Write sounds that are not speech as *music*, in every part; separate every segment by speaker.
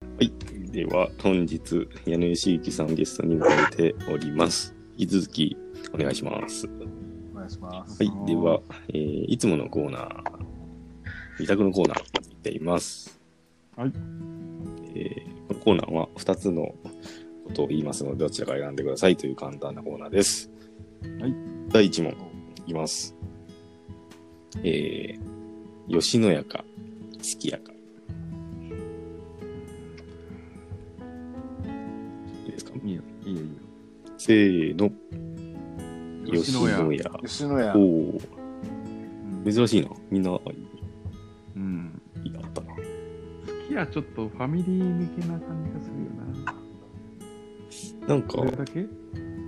Speaker 1: はい。では、本日、矢野義之さんをゲストに迎えております。引き続き、お願いします。は
Speaker 2: お願いします。
Speaker 1: い。では、えーいつものコーナー、二択のコーナー、行っています。
Speaker 2: はい。
Speaker 1: えーこのコーナーは、2つのことを言いますので、どちらから選んでくださいという簡単なコーナーです。
Speaker 2: はい。
Speaker 1: 第1問、いきます。えー、吉野家か、すき家か。いいですか
Speaker 3: いいよ、いいよ、いいよ。
Speaker 1: せーの、吉
Speaker 3: 吉野
Speaker 1: 野
Speaker 3: 家。
Speaker 1: 家。
Speaker 2: 吉野
Speaker 1: お
Speaker 2: 家。
Speaker 1: おー、珍しいな。みんな、あ
Speaker 3: うん。
Speaker 1: いいなあったな。
Speaker 3: 好きやちょっとファミリー向けな感じがするよな。
Speaker 1: なん
Speaker 3: そ
Speaker 1: か
Speaker 3: れ、だけ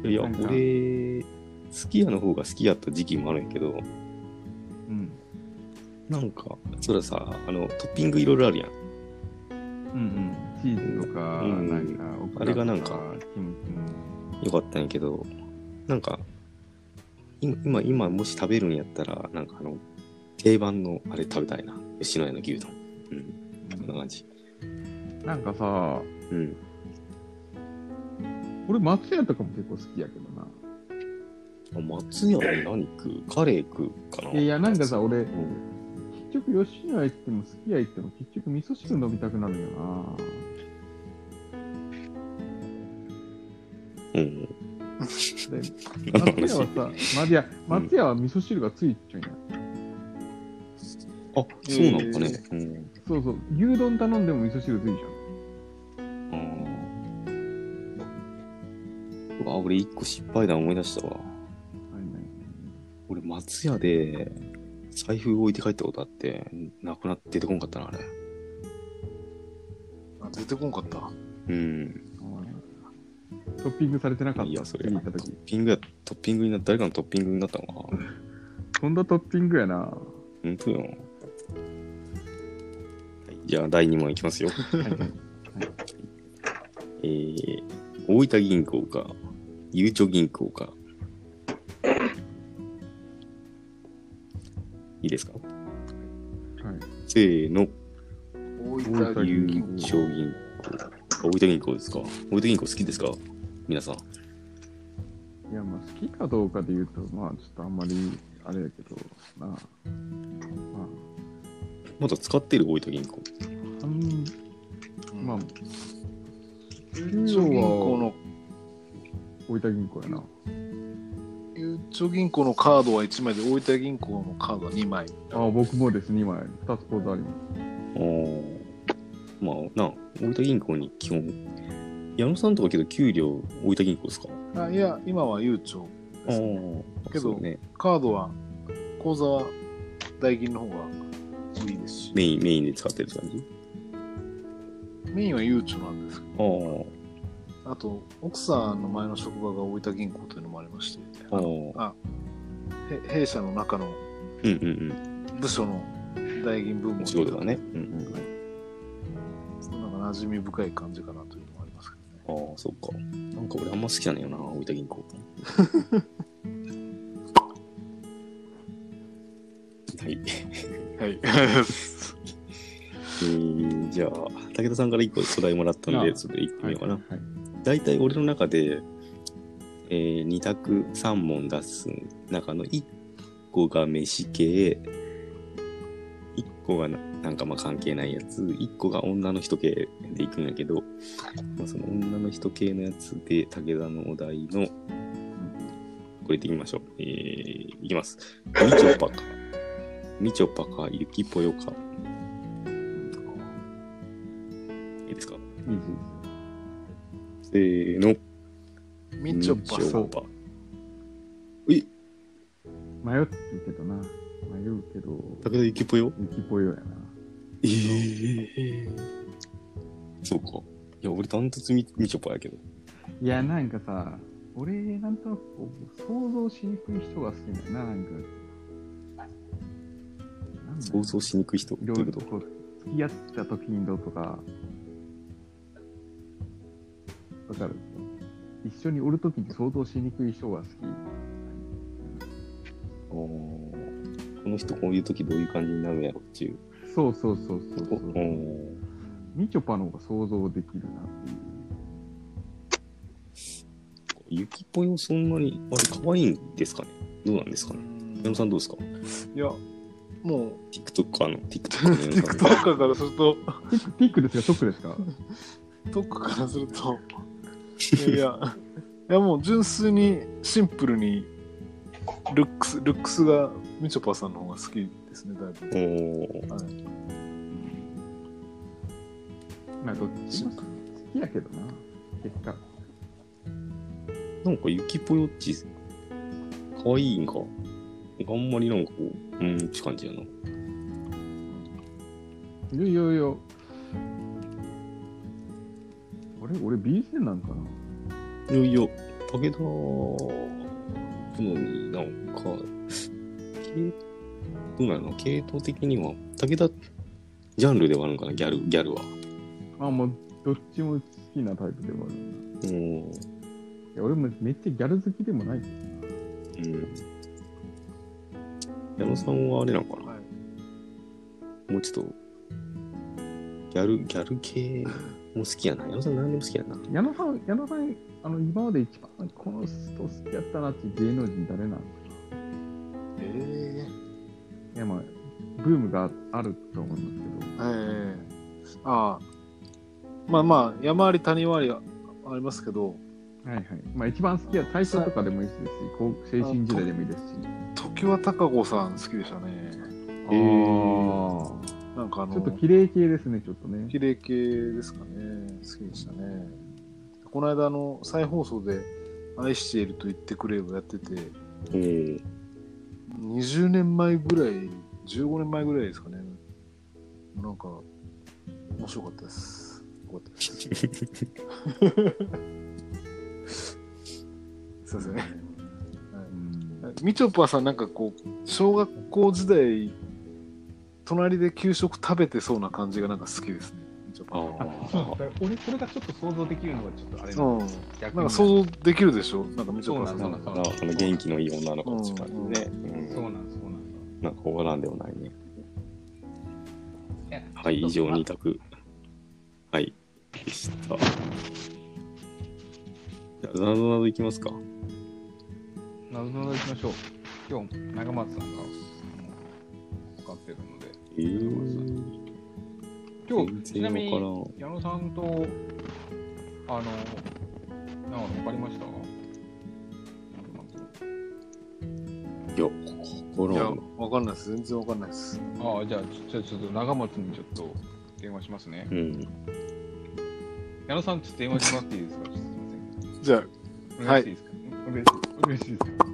Speaker 1: いや、
Speaker 3: なんか
Speaker 1: 俺、すき家の方が好きやった時期もあるんやけど、
Speaker 3: うん。
Speaker 1: なんか、そらさ、あの、トッピングいろいろあるやん。
Speaker 3: うんうん。チーズとか、
Speaker 1: うん
Speaker 3: なんか、オクラと
Speaker 1: あれがなんか、
Speaker 3: キムチ
Speaker 1: よかったんやけど、なんか、今、今、今もし食べるんやったら、なんかあの、定番のあれ食べたいな。吉野家の牛丼。うん、そんな
Speaker 3: の。
Speaker 1: 感じ。
Speaker 3: なんかさ、
Speaker 1: うん。
Speaker 3: 俺、松屋とかも結構好きやけどな。
Speaker 1: あ松屋で何食うカレー食うかな。
Speaker 3: いやいや、なんかさ、俺、
Speaker 1: うん、
Speaker 3: 結局吉野家行っても、すき家行っても、結局味噌汁飲みたくなるよ
Speaker 1: *laughs*
Speaker 3: な。 *laughs*
Speaker 1: うん。
Speaker 3: で、
Speaker 1: 何の話
Speaker 3: 松屋はさ、まいや、松屋は味噌汁がついちゃうんや。
Speaker 1: あ、そうなのかね。うん。
Speaker 3: そうそう、牛丼頼んでも味噌汁ついちゃう。
Speaker 1: あーうわ、俺一個失敗だ思い出したわ。
Speaker 3: 何々
Speaker 1: 俺、松屋で財布置いて帰ったことあって、なくなって出てこんかったな、あれ。
Speaker 2: あ出てこんかった。
Speaker 1: うん。
Speaker 3: トッピングされてなかった。
Speaker 1: いや、それ、
Speaker 3: 見
Speaker 1: ト
Speaker 3: に行った時
Speaker 1: ッピングや、トッピングにな、誰かのトッピングになったのかな。
Speaker 3: とんだトッピングやな。
Speaker 1: 本当よ。じゃあ、第2問いきますよ。 *laughs* えー、大分銀行か、ゆうちょ銀行か。いいですかせーの、
Speaker 2: 大分
Speaker 1: ゆう
Speaker 2: 銀
Speaker 1: ちょ銀行。大分銀行ですか大分銀行好きですか皆さん。
Speaker 3: いや、まあ、好きかどうかで言うと、まあ、ちょっとあんまり、あれやけど、なあ。まあ、
Speaker 1: まだ使ってる大分銀行。
Speaker 3: 半、
Speaker 2: うん
Speaker 3: まあ、
Speaker 2: ゆうちょ銀行の、
Speaker 3: 大分銀行やな。
Speaker 2: ゆうちょ銀行のカードは1枚で、大分銀行のカードは2枚。
Speaker 3: あ、僕もです、2枚。2つポーズありま
Speaker 1: あーまあ、な、大分銀行に基本、矢野さんとかけど給料大分銀行ですか
Speaker 2: あいや、今はゆうちょ
Speaker 1: あ
Speaker 2: ですね。
Speaker 1: あ、
Speaker 2: けど
Speaker 1: そうね、
Speaker 2: カードは、口座は、大銀の方がいいですし、
Speaker 1: メイン、メインで使ってる感じ
Speaker 2: メインはゆうちょなんですけ
Speaker 1: ああ、
Speaker 2: ど、あと、奥さんの前の職場が大分銀行というのもありまして、
Speaker 1: ああ、
Speaker 2: あ
Speaker 1: う
Speaker 2: の
Speaker 1: ん
Speaker 2: へ弊社の中の
Speaker 1: うんうん。
Speaker 2: 部署の大銀部門
Speaker 1: お仕事だね。うんうん。
Speaker 2: なんか馴染み深い感じかなというのもありますけどね。
Speaker 1: ああ、そっか。なんか俺あんま好きじゃないよな、大分銀 *laughs* 行。はい。 *laughs*
Speaker 2: はい。
Speaker 1: えー、じゃあ、武田さんから1個お題もらったん
Speaker 3: あ
Speaker 1: で、
Speaker 3: あ
Speaker 1: それでいって
Speaker 3: す。は
Speaker 1: みよ
Speaker 3: い。
Speaker 1: うかな。
Speaker 3: はい。
Speaker 1: 大体俺の中で、えー、2択3問出す中の1個が飯系、1個がななんかまあ関係ないやつ、1個が女の人系でいくんやけど、まあ、その女の人系のやつで武田のお題の、これでいきましょう。えー、いきます。みちょぱか、みちょぱか、ゆきぽよか。いいですか
Speaker 3: いいですいい
Speaker 1: せ
Speaker 3: で
Speaker 1: ーの。
Speaker 2: みちょぱさ
Speaker 1: み
Speaker 2: ん
Speaker 1: ち。ょぱ
Speaker 3: す。迷ってるけどな。迷うけど、
Speaker 1: 武田ゆきぽよ
Speaker 3: ゆきぽよやな。
Speaker 1: ええそうか。いや、俺ダントツみみちょぱやけど。
Speaker 3: いや、なんかさ、俺、なんとなくこう想像しにくい人が好きだよな、なんか。なんだろ
Speaker 1: 想
Speaker 3: う
Speaker 1: 像しにくい人。
Speaker 3: い
Speaker 1: ど
Speaker 3: ろ
Speaker 1: うい
Speaker 3: いう
Speaker 1: こ
Speaker 3: ろ
Speaker 1: と
Speaker 3: こう付き合った時にどうとか、わかる一緒におる時に想像しにくい人が好き。
Speaker 1: あーこの人こういう時どういう感じになるんやろっていう。
Speaker 3: そうそうそうそう
Speaker 1: お
Speaker 3: そうう。
Speaker 1: ん
Speaker 4: みちょぱの方が想像できるなっていう。
Speaker 1: ゆきぽよそんなに、あれ可愛いんですかねどうなんですかね矢野さんどうですか
Speaker 2: いや、もう、
Speaker 1: ?TikTok あの、TikTok *laughs* の矢野さん。
Speaker 2: TikToker からすると、
Speaker 4: ピックピックですかショックですか
Speaker 1: *laughs*
Speaker 2: トックからすると、いやいや、いやもう純粋にシンプルに、ルックス、ルックスがみちょぱさんの方が好きですね、だいぶ。
Speaker 1: おー
Speaker 2: はい、
Speaker 4: まあどっちも好きやけどな。結果。
Speaker 1: なんかゆきぽよっち、可愛いんか。あんまりなんかこう、うんって感じやな。
Speaker 4: いやいやいや。あれ俺 BJ なんかない
Speaker 1: よいよ、武田好みなんか、系どうなの系統的には、武田ジャンルではあるのかなギャル、ギャルは。
Speaker 4: あ、もうどっちも好きなタイプでもある。
Speaker 1: うん。
Speaker 4: いや俺もめっちゃギャル好きでもないけど。
Speaker 1: うん。矢野さんはあれなのかな
Speaker 2: はい
Speaker 1: もうちょっと、ギャル、ギャル系も好きやな。矢野さん何でも好きやな。
Speaker 4: 矢野さん、矢野さん、あの今まで一番この人好きやったなっていう芸能人誰なん
Speaker 2: え
Speaker 4: いやまあ、ブームがあると思いますけど
Speaker 2: え、ええああ。まあまあ、山あり谷はありあありますけど、
Speaker 4: はいはい。まあ一番好きは最初とかでもいいですし、こう青春時代でもいいですし。
Speaker 2: 常盤貴子さん好きでしたね。
Speaker 1: あー
Speaker 4: あー
Speaker 2: なんかあの、
Speaker 4: ちょっと綺麗系ですね、ちょっとね。
Speaker 2: 綺麗系ですかね。好きでしたね。この間、あの、再放送で、愛していると言ってくれをやってて、
Speaker 1: うん。
Speaker 2: 20年前ぐらい、15年前ぐらいですかね。なんか、面白かったです。よかったです。すいません。はい
Speaker 4: うん
Speaker 2: みちょぱさん、なんかこう、小学校時代、隣で給食食べてそうな感じがなんか好きですね。みちょ
Speaker 1: あ
Speaker 2: ぱ。
Speaker 1: あ。
Speaker 3: 俺、それがちょっと想像できるのがちょっとあれ
Speaker 2: う
Speaker 3: なん
Speaker 2: ん。
Speaker 3: 逆
Speaker 2: なん
Speaker 3: に
Speaker 2: か想像できるでしょなんかみちょぱさん。
Speaker 3: そう
Speaker 1: な
Speaker 3: なんん
Speaker 1: かな、あの元気のいい女の子たちがね、
Speaker 3: そうなんそうなん
Speaker 1: うんなんか終わらんではないね。
Speaker 3: や
Speaker 1: はい、以上二択。はい、でした。じゃあ、なぞなぞいきますか。
Speaker 3: なぞなぞいきましょう。今日、長松さんが、分かってるので。
Speaker 1: えー、
Speaker 3: 今日、ちなみ
Speaker 1: 全然
Speaker 3: に、
Speaker 1: わか
Speaker 3: 矢野さんと、あの、なんか分かりました
Speaker 1: らん。いや、わ
Speaker 2: い
Speaker 1: から
Speaker 2: や
Speaker 1: ん。、
Speaker 2: わかんないです。全然わかんないです。
Speaker 3: ああ、じゃあ、ちょちょっと長松にちょっと電話しますね。
Speaker 1: うん。
Speaker 3: 矢野さん、ちょっと電話しますっていいですかちょっとすいま
Speaker 2: じゃあ、
Speaker 3: せん。お願いしていいですか、お願いしお願いしていいですか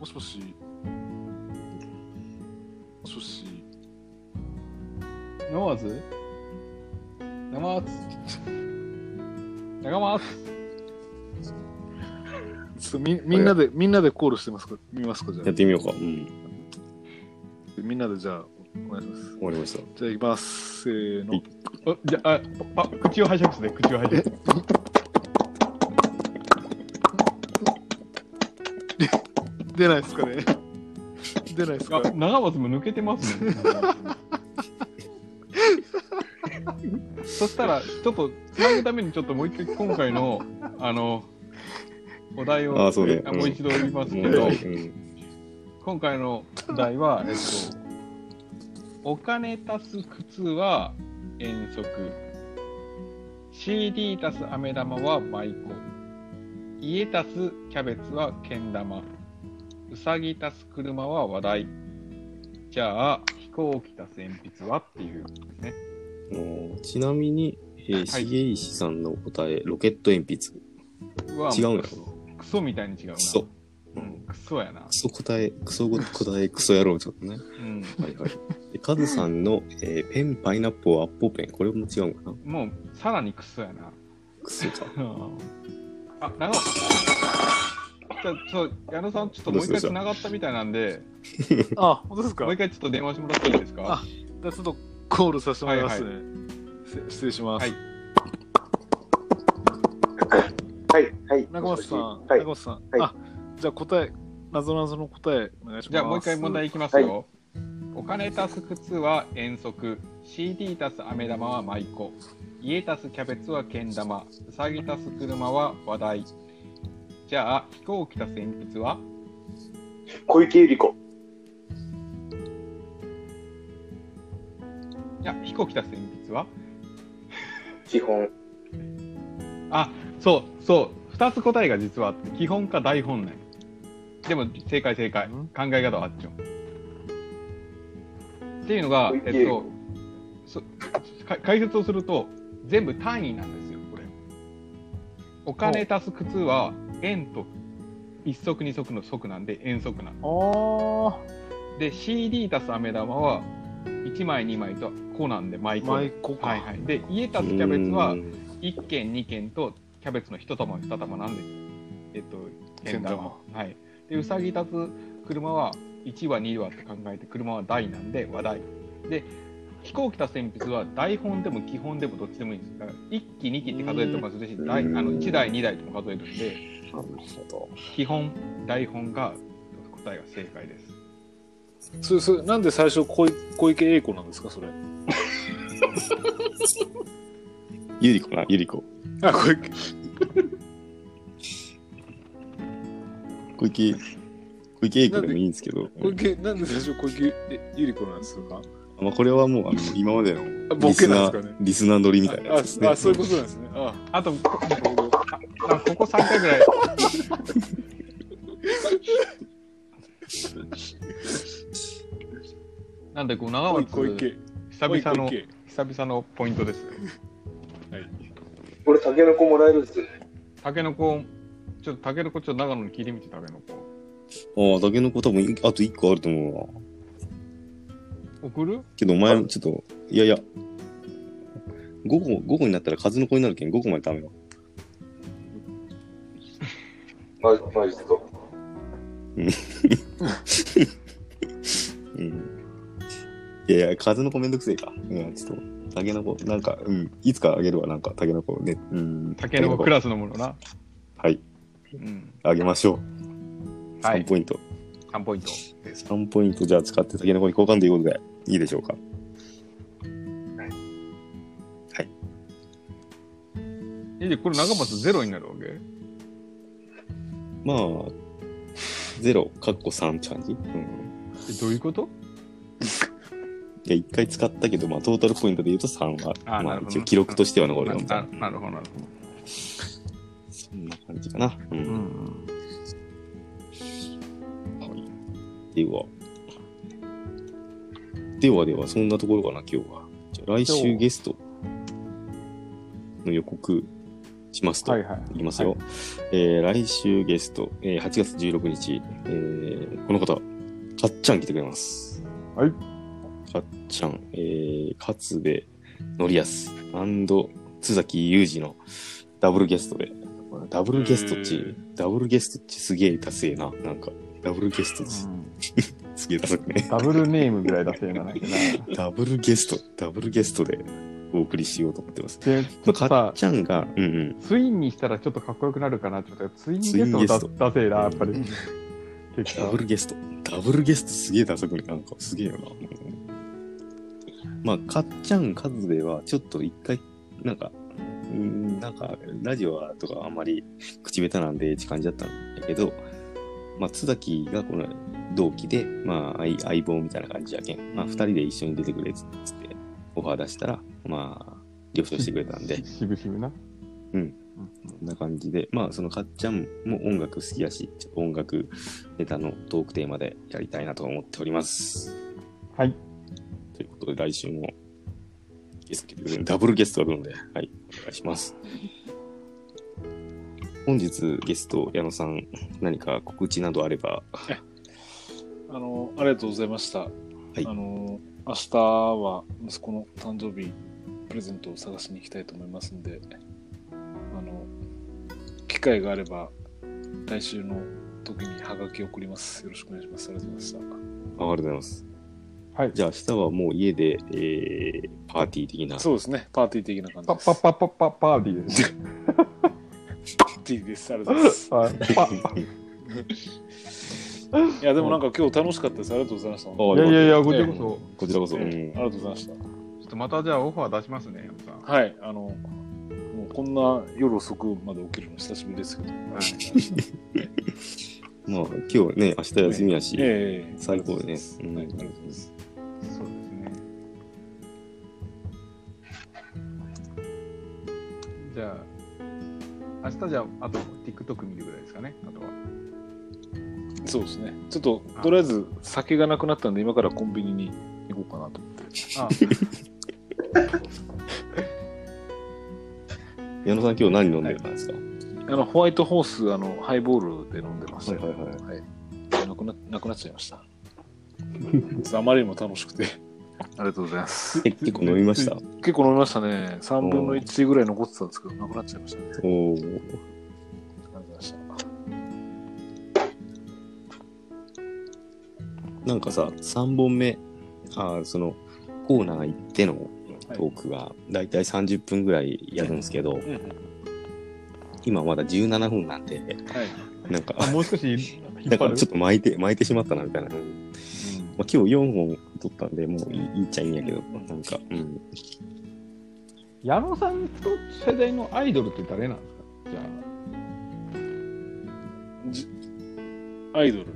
Speaker 2: もしもし。もしもし。
Speaker 3: 長松長松長松
Speaker 2: ちょっとみみんなで、みんなでコールしてますか見ますかじゃ
Speaker 1: やってみようか。うん。
Speaker 2: あ。みんなでじゃあ、お願いします。
Speaker 1: 終わりました。
Speaker 2: じゃあ、行きます。せー
Speaker 1: は
Speaker 2: の
Speaker 1: い。
Speaker 3: あじゃああ、あ、口を拝借すね、口を拝借。
Speaker 2: 出ないですかね *laughs* 出ないですか
Speaker 3: あ、長松も抜けてますね。 *laughs* そしたら、ちょっとつなぐために、ちょっともう一回今回の、あの、お題を、
Speaker 1: あそうね
Speaker 3: もう一度言いますけ
Speaker 1: 問
Speaker 3: ど、
Speaker 1: 題。うん。
Speaker 3: 今回のお題は、えっと、お金足す靴は遠足、CD 足す飴玉は舞妓、家足すキャベツはけん玉、うさぎ足す車は話題、じゃあ飛行機足す鉛筆はっていうですね。
Speaker 1: もうちなみに、えー、
Speaker 3: はい
Speaker 1: 重石さんの答え、ロケット鉛筆。
Speaker 3: は
Speaker 1: 違うんやろ
Speaker 3: クソみたいに違うな。
Speaker 1: クソ。う
Speaker 3: うんん、クソやな
Speaker 1: ク。ソ答え、クソ答え、クソ野郎ちょっとね。
Speaker 3: うん。
Speaker 1: はいはい。で、カズさんの、えーペン、パイナップル、アッポペン、これも違うんかな
Speaker 3: もうさらにクソやな。
Speaker 1: クソか。
Speaker 3: あ、長尾じゃあちょっと矢野さん、ちょっともう一回繋がったみたいなんで、
Speaker 2: あ、本当ですか
Speaker 3: もう一回ちょっと電話してもらっていいですか
Speaker 2: あじゃあちょっとコールさせてもらいますね。
Speaker 3: は
Speaker 2: せ失礼します。
Speaker 3: はい
Speaker 5: はい、はい。
Speaker 2: 中松さん、
Speaker 5: はい
Speaker 2: 中。松さん。
Speaker 5: はい
Speaker 2: あ、じゃあ答え、なぞなぞの答えお願いします。
Speaker 3: じゃあもう一回問題いきますよ。お金足す靴は遠足、 CD 足す飴玉は舞妓。家足すキャベツはけん玉。うさぎ足す車は話題。じゃあ、飛行機足す鉛筆は
Speaker 6: 小池百合子。
Speaker 3: いや、飛行機足す鉛筆は
Speaker 6: 基本。
Speaker 3: あ、そう、そう。二つ答えが実はあって、基本か大本来。でも、正解正解。
Speaker 2: ん
Speaker 3: 考え方はあっちょ。っていうのが
Speaker 6: 小、池
Speaker 3: えっ
Speaker 6: 百合
Speaker 3: と
Speaker 6: 子。、
Speaker 3: そか解説をすると全部単位なんですよこれお金足す靴は円と一足二足の足なんで円足なん
Speaker 2: あー、
Speaker 3: で CD 足す飴玉は1枚2枚と個なんで毎個
Speaker 2: 舞妓か。
Speaker 3: はいはいで家足すキャベツは1軒2軒とキャベツの1玉2玉なんでえっと
Speaker 2: けん
Speaker 3: 円玉
Speaker 2: 玉
Speaker 3: はいでうさぎ足す車は1は2はって考えて車は台なんで話題で飛行機足す鉛筆は台本でも基本でもどっちでもいいんですだから1機2機って数えるともするし
Speaker 1: うん
Speaker 3: 台あの1台2台とも数えるんで
Speaker 1: なるほど。
Speaker 3: 基本台本が答えが正解です
Speaker 2: それそれなんで最初小い小池栄子なんですかそれ
Speaker 1: ゆりこな、ゆりこ。
Speaker 2: あ小池
Speaker 1: 小池、小池栄子でもいいんですけど、
Speaker 2: 小池なんで最初小池えゆり子なんですか
Speaker 1: まあ、これはもうあの今までの
Speaker 2: あボ
Speaker 1: リス
Speaker 2: ケ
Speaker 1: ナ
Speaker 2: なんです
Speaker 1: ー、
Speaker 2: かね
Speaker 1: リスナー乗りみたいなやつですね。
Speaker 2: ああそういうことなんですねあ
Speaker 3: あとこ
Speaker 2: なるほど
Speaker 3: あここ3回ぐ *laughs* らいなんでこう長
Speaker 2: 小
Speaker 3: 松
Speaker 2: 池小池
Speaker 3: 久々の
Speaker 2: 小
Speaker 3: 久
Speaker 2: 池
Speaker 3: 々のポイントです
Speaker 6: これ、タケノコもらえるんですよね。
Speaker 3: タケノコちょっとタケノコちょっと長野に切り道タケノコ
Speaker 1: ああ、だけの子多分、あと1個あると思うな。
Speaker 3: 送る
Speaker 1: けど、お前、ちょっと、いやいや、午後、午後になったら数の子になるけん、午後までダメよ。
Speaker 6: マジマジでと。
Speaker 1: うん。いやいや、数の子めんどくせえか。うん、ちょっと、タケノコ、なんか、うん、いつかあげるわ、なんか、タケノコね。うん。
Speaker 3: タケノコク
Speaker 1: ら
Speaker 3: ラスのものな
Speaker 1: はい、
Speaker 3: うん
Speaker 1: あげましょう。
Speaker 3: は
Speaker 1: 3
Speaker 3: い
Speaker 1: ポイント。
Speaker 3: 3ポイントです
Speaker 1: 3ポイント、じゃあ使ってタケノコに交換ということで、いいでしょうか。
Speaker 3: えでこれ長松ゼロになるわけ
Speaker 1: まあ、0、かっこ3って感じ。うん。
Speaker 3: えどういうこと
Speaker 1: いや、一回使ったけど、まあ、トータルポイントで言うと3は、
Speaker 3: あ
Speaker 1: ま
Speaker 3: ーな
Speaker 1: あ、
Speaker 3: るほ
Speaker 1: 一
Speaker 3: ど
Speaker 1: 応記録としては残る
Speaker 3: な
Speaker 1: よみたいな。
Speaker 3: なるほどなるほど
Speaker 1: そんな感じかな。うん。
Speaker 3: うん
Speaker 1: はい。では。ではでは、そんなところかな、今日は。じゃあ来週ゲストの予告しますと。
Speaker 7: はいはい。
Speaker 1: いきますよ。えー来週ゲスト、えー8月16日、えーこの方、かっちゃん来てくれます。
Speaker 7: はい。
Speaker 1: かっちゃん、えー、勝部のりやす津崎裕二のダブルゲストで、ダブルゲストっ
Speaker 2: へ
Speaker 1: ち
Speaker 2: ー、
Speaker 1: ダブルゲストっちすげえダセえな。なんか、ダブルゲストっち
Speaker 7: うん
Speaker 1: すげえダサくね。
Speaker 7: ダブルネームぐらい出せるなだけどな。
Speaker 1: *laughs* ダブルゲスト、ダブルゲストでお送りしようと思ってます。
Speaker 3: でちょっと
Speaker 1: か
Speaker 3: さ
Speaker 1: っちゃんが、うんうん。
Speaker 3: ツインにしたらちょっとかっこよくなるかなちょっとツインゲストを出
Speaker 1: ツイン
Speaker 3: 出せえなやっぱり結
Speaker 1: ダブ
Speaker 3: 果
Speaker 1: ルゲスト。ダブルゲストすげえダサくね。なんかすげえよな。まあ、かっちゃん、かずべは、ちょっと一回、なんか、うーん、なんか、ラジオはとかあんまり口下手なんでって感じだったんだけど、まあ、津崎がこの同期で、まあ、相相棒みたいな感じやけん。まあ、二人で一緒に出てくれっつって、オファー出したら、まあ、了承してくれたんで。
Speaker 7: しぶしぶな。
Speaker 1: こんな感じで、まあ、そのかっちゃんも音楽好きやし、ちょっと音楽ネタのトークテーマでやりたいなと思っております。
Speaker 7: はい。
Speaker 1: ということで、来週もゲスト来てくれるダブルゲストが来るので、はい、お願いします。本日ゲスト、矢野さん、何か告知などあれば、
Speaker 2: あのありがとうございました、
Speaker 1: い
Speaker 2: あの明日は息子の誕生日プレゼントを探しに行きたいと思いますんであの機会があれば来週の時にハガキを送りますよろしくお願いしますありがとうござ
Speaker 1: あ
Speaker 2: いまし
Speaker 1: ありがとうございます。
Speaker 7: はい。
Speaker 1: じゃあ、明日はもう家で、えー、パーティー的な *laughs*
Speaker 2: た。そうですねパーティー的な感じ
Speaker 7: パ
Speaker 2: で
Speaker 7: ッ
Speaker 2: す
Speaker 7: パッパッパッパッパーディーです。
Speaker 2: パーティーですありがとうございます
Speaker 7: あパ
Speaker 2: いやでもなんか今日楽しかったですありがとうございました
Speaker 1: あ *laughs*
Speaker 7: いやいやいや、
Speaker 2: こ
Speaker 7: こ
Speaker 2: ち
Speaker 7: ち
Speaker 2: ら
Speaker 7: ら
Speaker 2: こ
Speaker 7: こ
Speaker 1: こちらこそ、う
Speaker 2: ええあり
Speaker 1: ん
Speaker 2: がとうございました
Speaker 8: ちょっとまたじゃあオファー出しますね、山さん。
Speaker 2: はい、あの、もうこんな夜遅くまで起きるの久しぶりですけど。
Speaker 1: まあ、今日ね、明日休みやし、
Speaker 2: ええ
Speaker 1: 最高ね
Speaker 2: ありがとうございますはい、ありがとうございます。
Speaker 8: そうですね。じゃあ、明日じゃあ、あと TikTok 見るぐらいですかね、あとは。
Speaker 2: そうですね。ちょっと、とりあえず酒がなくなったんで、今からコンビニに行こうかなと思って。
Speaker 8: あ
Speaker 1: 矢野さん今日何飲んでたんですか、
Speaker 2: あの、ホワイトホース、あの、ハイボールで飲んでました。
Speaker 1: はいはいはい
Speaker 2: なくな、なくなっちゃいました。 *laughs* ちょっとあまりにも楽しくて。ありがとうございます。
Speaker 1: え結構飲みました。
Speaker 2: 結構飲みましたね。3分の1ぐらい残ってたんですけど、なくなっちゃいましたね。
Speaker 1: *laughs* おー
Speaker 2: ありがとうございました。
Speaker 1: なんかさ、3本目、あーそのコーナー行ってのトークが、だいたい30分ぐらいやるんですけど、
Speaker 2: うんうん
Speaker 1: 今まだ17分なんで、
Speaker 2: はい。
Speaker 1: なんか、
Speaker 8: あもう少し引
Speaker 1: だ
Speaker 8: っ
Speaker 1: か
Speaker 8: 張
Speaker 1: ら
Speaker 8: る
Speaker 1: ちょっと巻いて、巻いてしまったなみたいな。まあ、今日4本取ったんで、もういいいいっちゃいいんやけど、なんか、うん。
Speaker 8: 矢野さんと世代のアイドルって誰なんですかじゃ
Speaker 2: アイドル。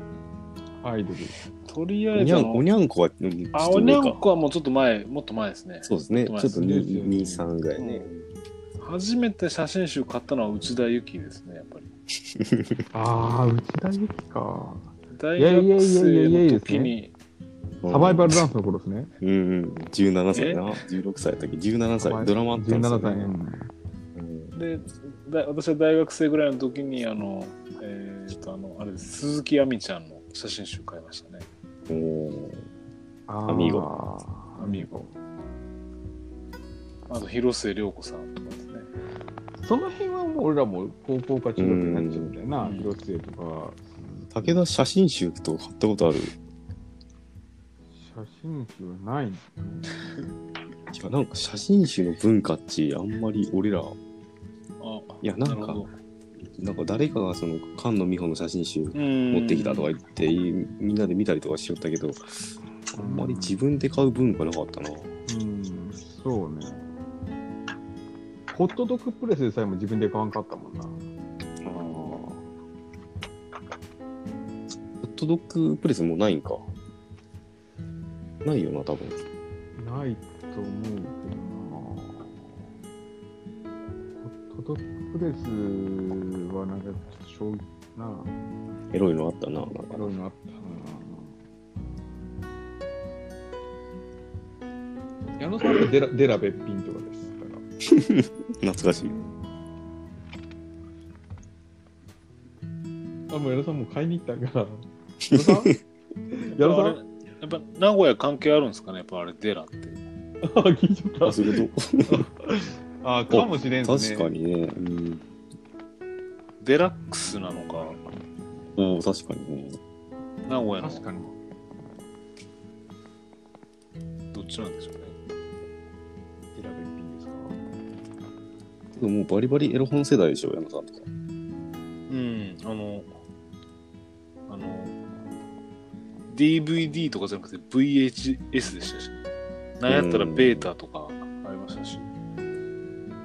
Speaker 8: あ、アイドル。
Speaker 2: とりあ
Speaker 1: お
Speaker 2: え
Speaker 1: に
Speaker 2: ず
Speaker 1: ゃ
Speaker 2: あ
Speaker 1: んお
Speaker 2: の、
Speaker 1: にゃんこは、うん、ちょ
Speaker 2: あ、
Speaker 1: っと
Speaker 2: おに
Speaker 1: 上
Speaker 2: ゃん
Speaker 1: か。
Speaker 2: こはもうちょっと前、もっと前ですね。
Speaker 1: そうですね。ちょっと2、
Speaker 8: で
Speaker 1: 2
Speaker 8: すよ
Speaker 1: 3ぐらいね。
Speaker 2: 初めて写真集買ったのは内田有紀ですね、やっぱり。
Speaker 3: ああ、内田有紀か。
Speaker 2: 大
Speaker 3: いやいやいや
Speaker 2: 学
Speaker 3: いやいやい
Speaker 2: 生
Speaker 3: いです
Speaker 2: の
Speaker 3: ね
Speaker 2: 時に、
Speaker 1: うん
Speaker 3: サバイバルダンスの頃ですね。
Speaker 1: うんうん。17歳な。16歳の時、17歳。ドラマあったんですよ、ね。
Speaker 3: 17歳。うん
Speaker 1: うん
Speaker 2: で、だ私は大学生ぐらいの時に、あの、えーっと、あの、あれです、鈴木亜美ちゃんの写真集買いましたね。
Speaker 1: おー
Speaker 3: あー
Speaker 1: アミー
Speaker 2: アミーゴ。あと、広末涼子さんとかですね。
Speaker 3: その辺はもう俺らも高校か中学になっちゃうんだよな
Speaker 2: う。ん
Speaker 3: 広末とか、
Speaker 1: 武田写真集とか買ったことある
Speaker 3: 写真集はないの。
Speaker 1: いやなんか写真集の文化っちあんまり俺ら
Speaker 2: あ、
Speaker 1: いやなん
Speaker 2: なる
Speaker 1: か
Speaker 2: ほど
Speaker 1: なんか誰かがその菅野美穂の写真集
Speaker 2: 持
Speaker 1: 持ってきたとか言ってみんなで見たりとかしよったけどあんまり自分で買う文化なかったな
Speaker 3: うん、そうね。ホットドッグプレスでさえも自分で買わんかったもんな。
Speaker 1: ホットドッグプレスもうないんかないよな多分
Speaker 3: ないと思うけどな。ホットドッグプレスはなんかちょっと衝撃な、
Speaker 1: エロいのあったななん
Speaker 3: エ
Speaker 1: か
Speaker 3: ロいのあったな。矢野さんはデラデラべっぴんとかですから。
Speaker 1: 懐かしい
Speaker 3: あ、もう矢野さんもう買いに行ったんから。矢野さん矢野さん
Speaker 2: やっぱ名古屋関係あるんですかねやっぱあれデラって。
Speaker 3: あ、聞いちゃ
Speaker 1: あ
Speaker 3: った。
Speaker 1: そういうこ
Speaker 8: ああ、かもしれん
Speaker 1: と
Speaker 8: ですね。
Speaker 1: 確かにね、うん、
Speaker 2: デラックスなのか、
Speaker 1: おお確かにね
Speaker 2: 名古屋の
Speaker 8: 確かに。
Speaker 2: どっちなんでしょうね。
Speaker 8: 調べていいですか
Speaker 1: でももうバリバリエロ本世代でしょ矢野さんとか
Speaker 2: うん、あの、あの、DVD とかじゃなくて VHS でしたし、なんやったらベータとかありましたし、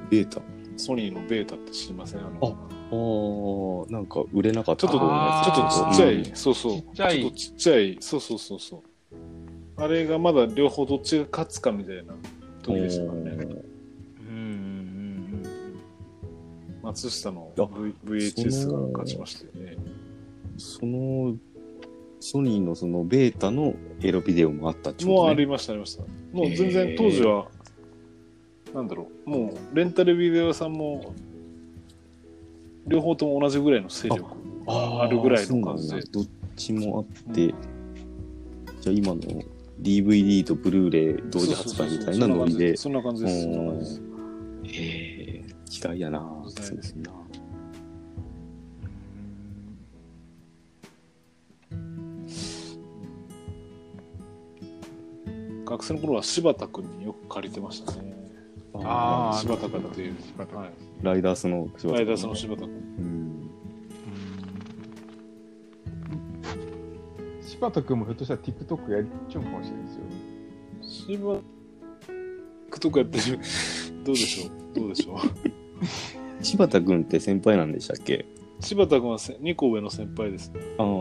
Speaker 1: データ
Speaker 2: ソニーのベータって知りませんあの
Speaker 1: あああ、なんか売れなかった
Speaker 2: ちょっと、ちょ
Speaker 8: あー
Speaker 2: っとちっちゃい、
Speaker 1: うん
Speaker 2: そうそ
Speaker 8: ち
Speaker 2: う。
Speaker 8: っちゃい
Speaker 2: ょっとちっちゃい、そうそうそうそう。あれがまだ両方どっちが勝つかみたいな時でしたからね。
Speaker 8: うん
Speaker 2: 松下の
Speaker 1: あ
Speaker 2: V- VHS が勝ちましたよね。
Speaker 1: その、ソニーのそのベータのエロビデオもあったっちゅう
Speaker 2: もう
Speaker 1: こ
Speaker 2: あ
Speaker 1: とね
Speaker 2: りました、ありました。もう全
Speaker 1: へ
Speaker 2: 然
Speaker 1: ー
Speaker 2: 当時は、なんだろう、もうレンタルビデオ屋さんも、両方とも同じぐらいの勢力があるぐらいの感じ
Speaker 1: そうな
Speaker 2: で
Speaker 1: んだ。どっちもあって、じゃあ今の DVD とブルーレイ同時発売みたいなノリで。
Speaker 2: そうそうそうそんな感じです。そんな感じです。
Speaker 1: へえ、時代やな
Speaker 2: 時代です
Speaker 1: な。
Speaker 2: 学生の頃は柴田君によく借りてましたね。
Speaker 8: あー
Speaker 2: 柴田君っていう。はい。
Speaker 1: ライダースの柴田
Speaker 2: ライダースの柴田君。
Speaker 1: うん
Speaker 3: 柴田君もひょっとしたら TikTok やっちゃうかもしれないですよ。
Speaker 2: 柴クとかやってる。どうでしょうどうでしょう
Speaker 1: 柴田君って先輩なんでしたっけ
Speaker 2: 柴田君はせ2個上の先輩ですね。
Speaker 1: あ
Speaker 3: あ
Speaker 1: あ。
Speaker 3: あ、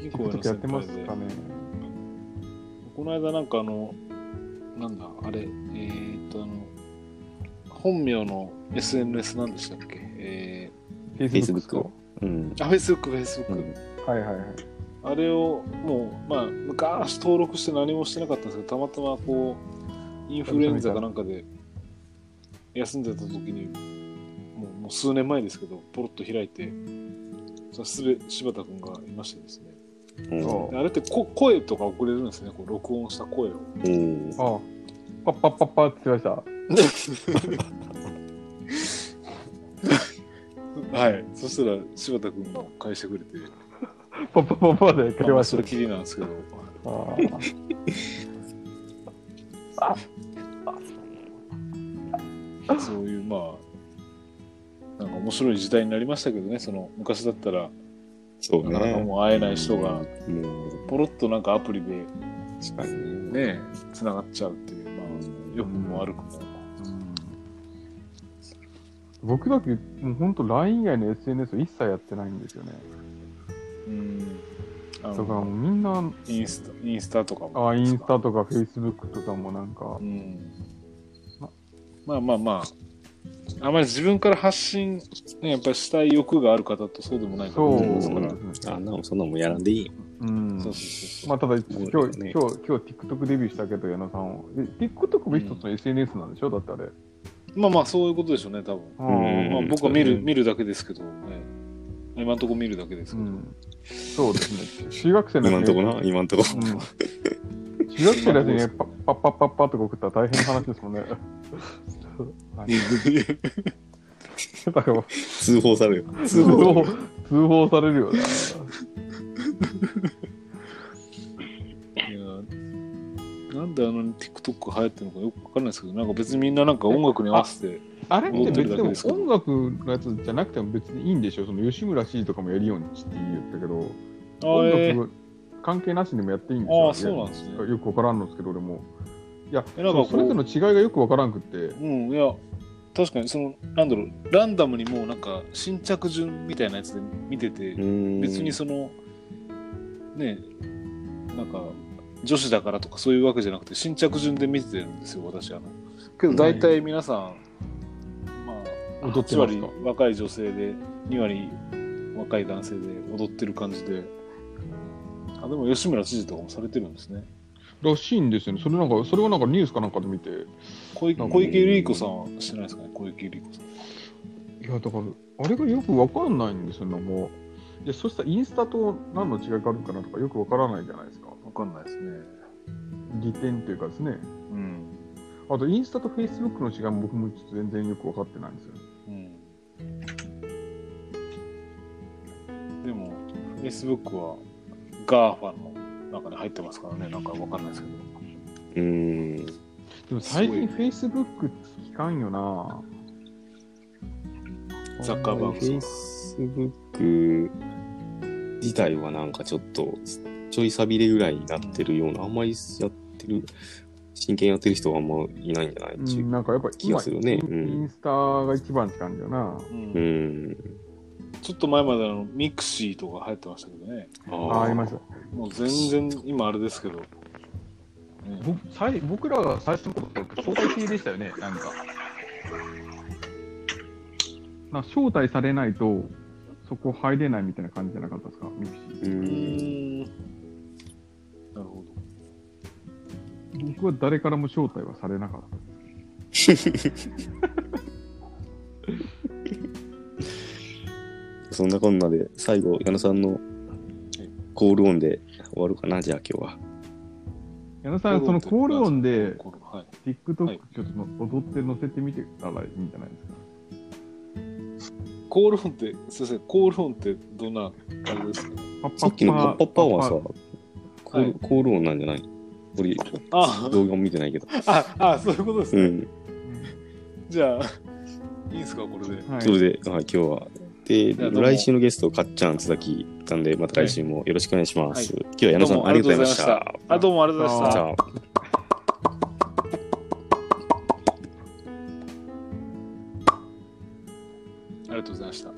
Speaker 2: 二個上の
Speaker 3: TikTok やっ
Speaker 2: 先
Speaker 3: てま
Speaker 2: 輩
Speaker 3: す
Speaker 2: で
Speaker 3: か。ね。
Speaker 2: この間なんかあの、なんだ、あれ、えー、っとあの、本名の SNS なんでしたっけえ
Speaker 1: Facebook うん。
Speaker 2: ー、あ、Facebook、Facebook。
Speaker 1: うん
Speaker 3: はいはいはい。
Speaker 2: あれをもう、まあ、昔登録して何もしてなかったんですけど、たまたまこう、インフルエンザかなんかで休んでた時に、もうもう数年前ですけど、ポロッと開いて、そすべ柴田君がいましてですね。
Speaker 1: うん
Speaker 3: そ
Speaker 2: であれってこ声とか送れるんですね、こう録音した声を。
Speaker 1: うん
Speaker 3: ああ、パッパッパッパって言ってました。
Speaker 2: *laughs* はい、そしたら柴田君も返してくれて、
Speaker 3: パッパッパッパッでかけ
Speaker 2: ま
Speaker 3: ま
Speaker 2: あ、
Speaker 3: し
Speaker 2: そ
Speaker 3: た
Speaker 2: れ。きりなんですけど、
Speaker 3: あ
Speaker 2: そういうまあ、なんか面白い時代になりましたけどね、その昔だったら、
Speaker 1: そう
Speaker 2: なかなか
Speaker 1: ね。
Speaker 2: もう会えない人が
Speaker 1: うん。
Speaker 2: ポロッとなんかアプリで
Speaker 1: 確かにね。
Speaker 2: ねつながっちゃうっていうまあ良くも悪くも、
Speaker 3: 僕だけ、もう本当 LINE 以外の SNS を一切やってないんですよね。
Speaker 2: うん、あ
Speaker 3: だ
Speaker 2: の
Speaker 3: からもうみんな、
Speaker 2: インスタインスタとかも
Speaker 3: あインス
Speaker 2: で
Speaker 3: タとか Facebook とかもなんか
Speaker 2: すか、うん、まあまあまああまり自分から発信、ね、やっぱりしたい欲がある方とそうでもない方
Speaker 3: そう
Speaker 2: もい
Speaker 1: ん
Speaker 2: ま
Speaker 3: ですすね
Speaker 2: から、
Speaker 1: あんなもんそんなもんやらんでいいよ。
Speaker 3: うん。
Speaker 2: そうそうそう
Speaker 3: まあただ、今日、
Speaker 1: そう
Speaker 3: 今
Speaker 1: です
Speaker 3: 日、
Speaker 1: ね
Speaker 3: 今日 TikTok デビューしたけど、矢野さんを。え TikTok も一つの SNS なんでしょだってあれ。
Speaker 2: まあまあそういうことでしょうね多分、
Speaker 3: あ
Speaker 1: ん
Speaker 3: ー
Speaker 2: まあ、
Speaker 1: うん
Speaker 2: 僕は見
Speaker 1: そう
Speaker 2: る
Speaker 1: ね
Speaker 2: 見るだけですけど、ね、今のところ見るだけです
Speaker 3: う
Speaker 2: けど、
Speaker 3: ん。そうですね。中学生
Speaker 1: *laughs*
Speaker 3: の
Speaker 1: 今んとこ
Speaker 3: ね
Speaker 1: な、今ん *laughs* とこ。
Speaker 3: うん中学生のやつにね、パッパッパッパッパッとか送ったら大変な話ですもんね。はいだから
Speaker 1: 通報される。
Speaker 3: 通報、通報されるよね。
Speaker 2: いやなんであの TikTok 流行ってるのかよくわかんないですけど、なんか別にみんななんか音楽に合わせて、
Speaker 3: あれって別
Speaker 2: 持ってるだけです
Speaker 3: に
Speaker 2: けど
Speaker 3: 音楽のやつじゃなくても別にいいんでしょその吉村 C とかもやるようにって言ったけど、
Speaker 2: あーえ
Speaker 3: 音
Speaker 2: ー
Speaker 3: 楽関係なしでもやっていいんでしょ
Speaker 2: あー、そうなんですね。
Speaker 3: よくわからんのですけど、俺も。いや、
Speaker 2: えなんかこう
Speaker 3: それぞれの違いがよくわからんくって。
Speaker 2: うん、いや、確かにその、なんだろう、ランダムにもうなんか新着順みたいなやつで見てて、別
Speaker 1: 別
Speaker 2: にその、ね、なんか女子だからとかそういうわけじゃなくて、新着順で見てるんですよ、私。あのけど大体皆さん、まあ、
Speaker 3: 踊ってます
Speaker 2: 8割
Speaker 3: か
Speaker 2: 若い女性で、2割若い男性で踊ってる感じで、あでも吉村知事とかもされてるんですね。
Speaker 3: らしいんですよね。それなんか、それはなんかニュースかなんかで見て。
Speaker 2: 小池
Speaker 3: うん
Speaker 2: 小池百合子さんはしてないですかね、小池百合子さん。
Speaker 3: いや、だから、あれがよくわかんないんですよね、もう。で、そしたらインスタと何の違いがあるかなとかよくわからないじゃないですか。
Speaker 2: わかんないですね。
Speaker 3: 利点というかですね。
Speaker 2: うん。
Speaker 3: あと、インスタとフェイスブックの違いも僕もちょっと全然よくわかってないんですよ。
Speaker 2: うん、でも、Facebook は GAFA の中に入ってますからね、なんかわかんないですけど。
Speaker 1: うん。
Speaker 3: でも最近
Speaker 2: す
Speaker 3: フェイスブック聞かんよな
Speaker 2: ザッカーバーグさん
Speaker 1: Facebook 自体はなんかちょっとちょい寂れぐらいになってるような、あんまりやってる、真剣やってる人はあんまいないんじゃない
Speaker 3: うん、なんかやっぱ
Speaker 1: 気がするね
Speaker 3: 今
Speaker 1: うん
Speaker 3: インインスタが一番って感じよな、
Speaker 2: うん
Speaker 1: うん。
Speaker 2: ちょっと前まであのミクシーとか流行ってましたけどね。
Speaker 3: あありました
Speaker 2: もう全然今あれですけど。ね
Speaker 9: 僕さい僕らが最初の頃って招待制でしたよね、なんか。
Speaker 3: なんか招待されないとそこ入れないみたいな感じじゃなかったですかミク
Speaker 1: う
Speaker 3: シ
Speaker 2: うー
Speaker 1: ん。
Speaker 2: ん。なるほど。
Speaker 3: ー僕は誰からも招待はされなかっ
Speaker 1: *laughs*
Speaker 3: た
Speaker 1: そんなこんなで、最後、矢野さんのコールオンで終わるかな、じゃあ今日は。
Speaker 3: 矢野さんそのコールオンで
Speaker 2: これはい。は
Speaker 3: TikTok
Speaker 2: い
Speaker 3: ちょっと踊って載せてみてたらいいんじゃないですか、
Speaker 2: コールオンって、すいません、コールオンってどんなあれですかね。
Speaker 3: パッ
Speaker 1: さっきのパッパッパはさ、コー
Speaker 2: は
Speaker 1: ル
Speaker 2: い
Speaker 1: コールオンなんじゃない俺、
Speaker 2: あ
Speaker 1: 動画も見てないけど。
Speaker 2: あ、ああ、そういうことです
Speaker 1: う
Speaker 2: ね。
Speaker 1: ん。
Speaker 2: じゃあ、いいですか、これで。
Speaker 3: はい
Speaker 1: それで、はい、今日は。で、
Speaker 2: どうも
Speaker 1: 来週のゲスト、かっちゃん、須崎なんで、また来週もよろしくお願いします。
Speaker 2: は
Speaker 1: 今日は矢野さん、ありがとうございました。
Speaker 2: あ、どうもありがとうございました。
Speaker 1: じゃあ
Speaker 2: りがとうございました。